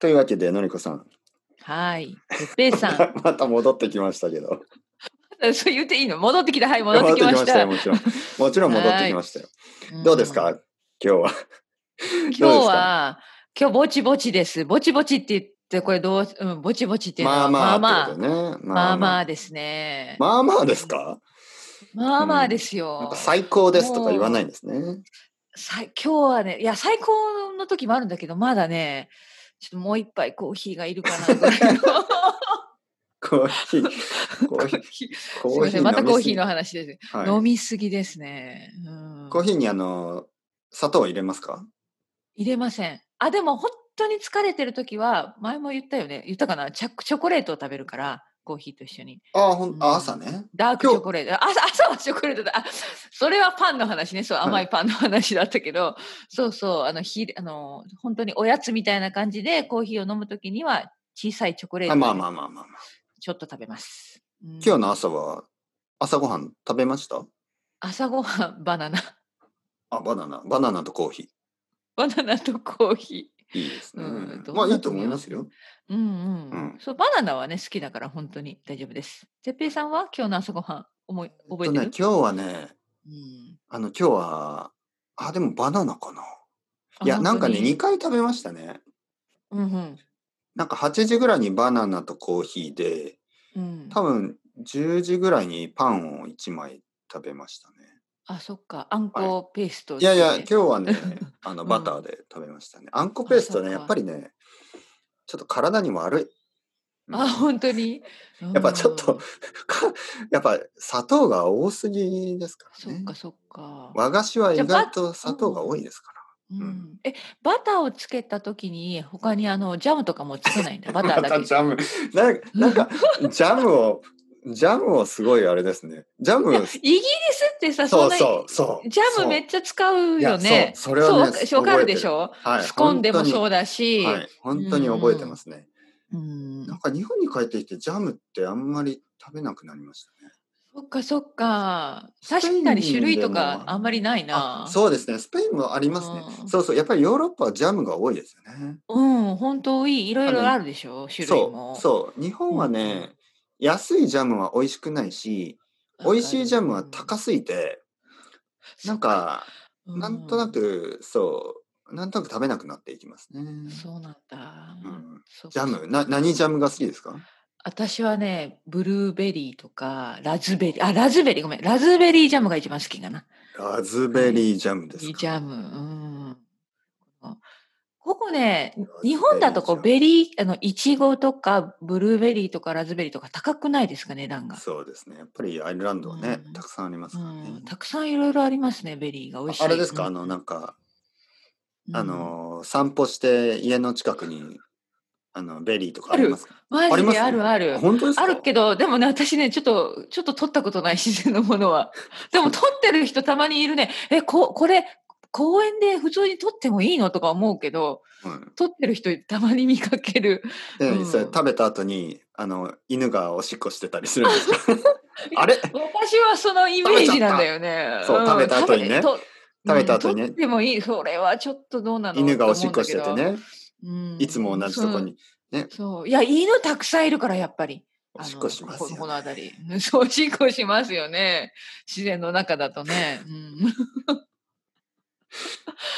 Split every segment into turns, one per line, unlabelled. というわけで、のりこさん。
はい。てっぺいさん。
また戻ってきましたけど。
そう言っていいの戻ってきた。はい、戻ってきました。
戻ってきましたよもちろん。もちろん戻ってきましたよ。どうですか、
ん
今日は。
今日は、今日ぼちぼちです。ぼちぼちって言って、これどう、うん、ぼちぼちっていうの
ま
は
あまあ、
ま
っ
あ
てことね。
まあまあですね。
まあまあですか
まあまあですよ。
なんか最高ですとか言わないんですね。
さい今日はね、いや、最高の時もあるんだけど、まだね、ちょっともう一杯コーヒーがいるかなぐらいの。
コーヒー、 コ
コ
ーヒ
ー
ー、
ヒー
コ
すいません、またコーヒーの
飲
話
みす
です。
ぎはい
飲みすぎですね。うん
コーヒーにあの、砂糖を入れますか
入れません。あ、でも本当に疲れてる時は、前も言ったよね。言ったかなチャチョコレートを食べるから、コーヒーと一緒に。
ああ、ほん、
う
あ、
ん
朝ね。
ダーク
今日
チョコレート。 朝、朝はチョコレートだ。あ、それはパンの話ね。そう、
はい
甘いパンの話だったけど、そうそう、あの、ひ、あの、本当におやつみたいな感じで、コーヒーを飲む時には、小さいチョコレー
あ
ト
まあ
を
まあ
ね
まあまあまあ。
ちょっと食べます。うん
今日の朝は、朝ごはん食べました
朝ごはん、バナ ナ。
あ、バナナ、バナナとコーヒー。
バナナとコーヒ
いいですね。
うんどんな
まあいいと思いますよ。
ー。うんうん。
うん
そう、バナナはね、好きだから本当に大丈夫です。てっぺいさんは今日の朝ごはん、思い、覚え
と
て
ね、
る、
今日はね、
うん
あの今日は、あ、でもバナナかな。いや、
あ
なんかね、
本当に
2回食べましたね。
うんうん
なんか8時ぐらいにバナナとコーヒーで、
うん、
多分10時ぐらいにパンを1枚食べましたね。
あそっかあんこペースト、
いやいや、今
今、
日はね あの
うん
バターで食べましたね。あんこペースト
あ
ね、
そ
や
っか
っぱりね、ちょっと体に悪い。うん
あ本当に
やっぱちょっ
う ん
と、かやっぱ砂糖が多すぎですから
そ
ね
っ。かそっか、
和菓子は意
じゃあ
外と砂糖が多いですか
うん
ん
えバターをつけた時に他にあのジャムとかもつけないん だバタ
ら。
ーだけ
ャム。なんか、なんかジャムを、ジャムをすごいあれですね。ジャム、
イギリスってさ
そ
そん
う
な
そうそう。
ジャムめ
め
っちゃ使うよ
いや
ね
そうそれはね
わかわかるでしょ、
はい
スコンでもそううだし、
はい、本当に覚えてますね。
うん
なんか日本に帰ってきてジャムってあんまり食べなくなりましたね。
そっかそっか
スペイン
確かに種類と
で
か
も
あんまりないな
あそうですね。スペインもありますね
う。ん
そうそう。やっぱりヨーロッパはジャムが多いですよね。
うん、本当多い、いろい
あ
ろ
の
あるでしょ、種類
そ
も。
うそう。日本はね、安いジャムは美味しくないし、
わか
美
る
味しいジャムは高すぎて、なん、か、
う
なんとな、く、そう、なんとなく食べなくなっていきますね。
そうなんだ。
うん
そっ
ジ
か
ャム、な、何ジャムが好きですか
私はね、ブルーベリーとか、ラズベリー、あ、ラズベリー、ごめん、ラズベリージャムが一番好きかな。
ラズベリージャムです
ジ
か。
ャム、うん。ここね
ズベリージャム、
日本だとこうベリー、あの、いちごとか、ブルーベリーとか、ラズベリーとか高くないですか、値段が。
そうですね。やっぱりアイルランドはね、
うん
たくさんあります
う
からね。
ん、たくさんいろいろありますね、ベリーが美味しい。
ああれですか、
うん
あの、なんか、
うん
あのー、散歩して家の近くに、あの、ベリーとかありますか
マ
あり
ジ
ます
であるある。
本当ですか
あるけど、でもね、私ね、ちょっと、ちょっと取ったことない自然のもの は。でも、取ってる人たまにいるね。え、こ、これ、公園で普通に取ってもいいのとか思うけど、
うん
取ってる人たまに見かける。
で、
うん
それ食べた後に、あの、犬がおしっこしてたりするんですか あれ
私はそのイメージなんだよね。
食べちゃったそうん食べた後にね
食
食べた後にね
うん取ってもいい。それはちょっとどうなの
犬がおしっこしてて。ね、
と思うんだけどうん
いつも同じとこに
そう。そう。いや、犬たくさんいるから、やっぱり。
おしっこしますよ、
あの
ね。
こ この辺り。うんそう、おしっこしますよね。自然の中だとね。うん、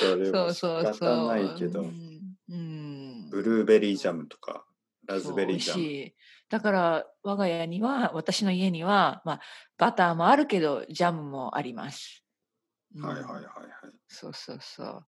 それ
そ
は
う
仕
そうそう。
方ないけど
う、んうん
ブルーベリージャムとか、ラズベリージ
そう美
ャム。
味しいだから、我が家には、私の家には、まあ、バターもあるけど、ジャムもあります。うん
はいはいはいはい。
そうそうそう。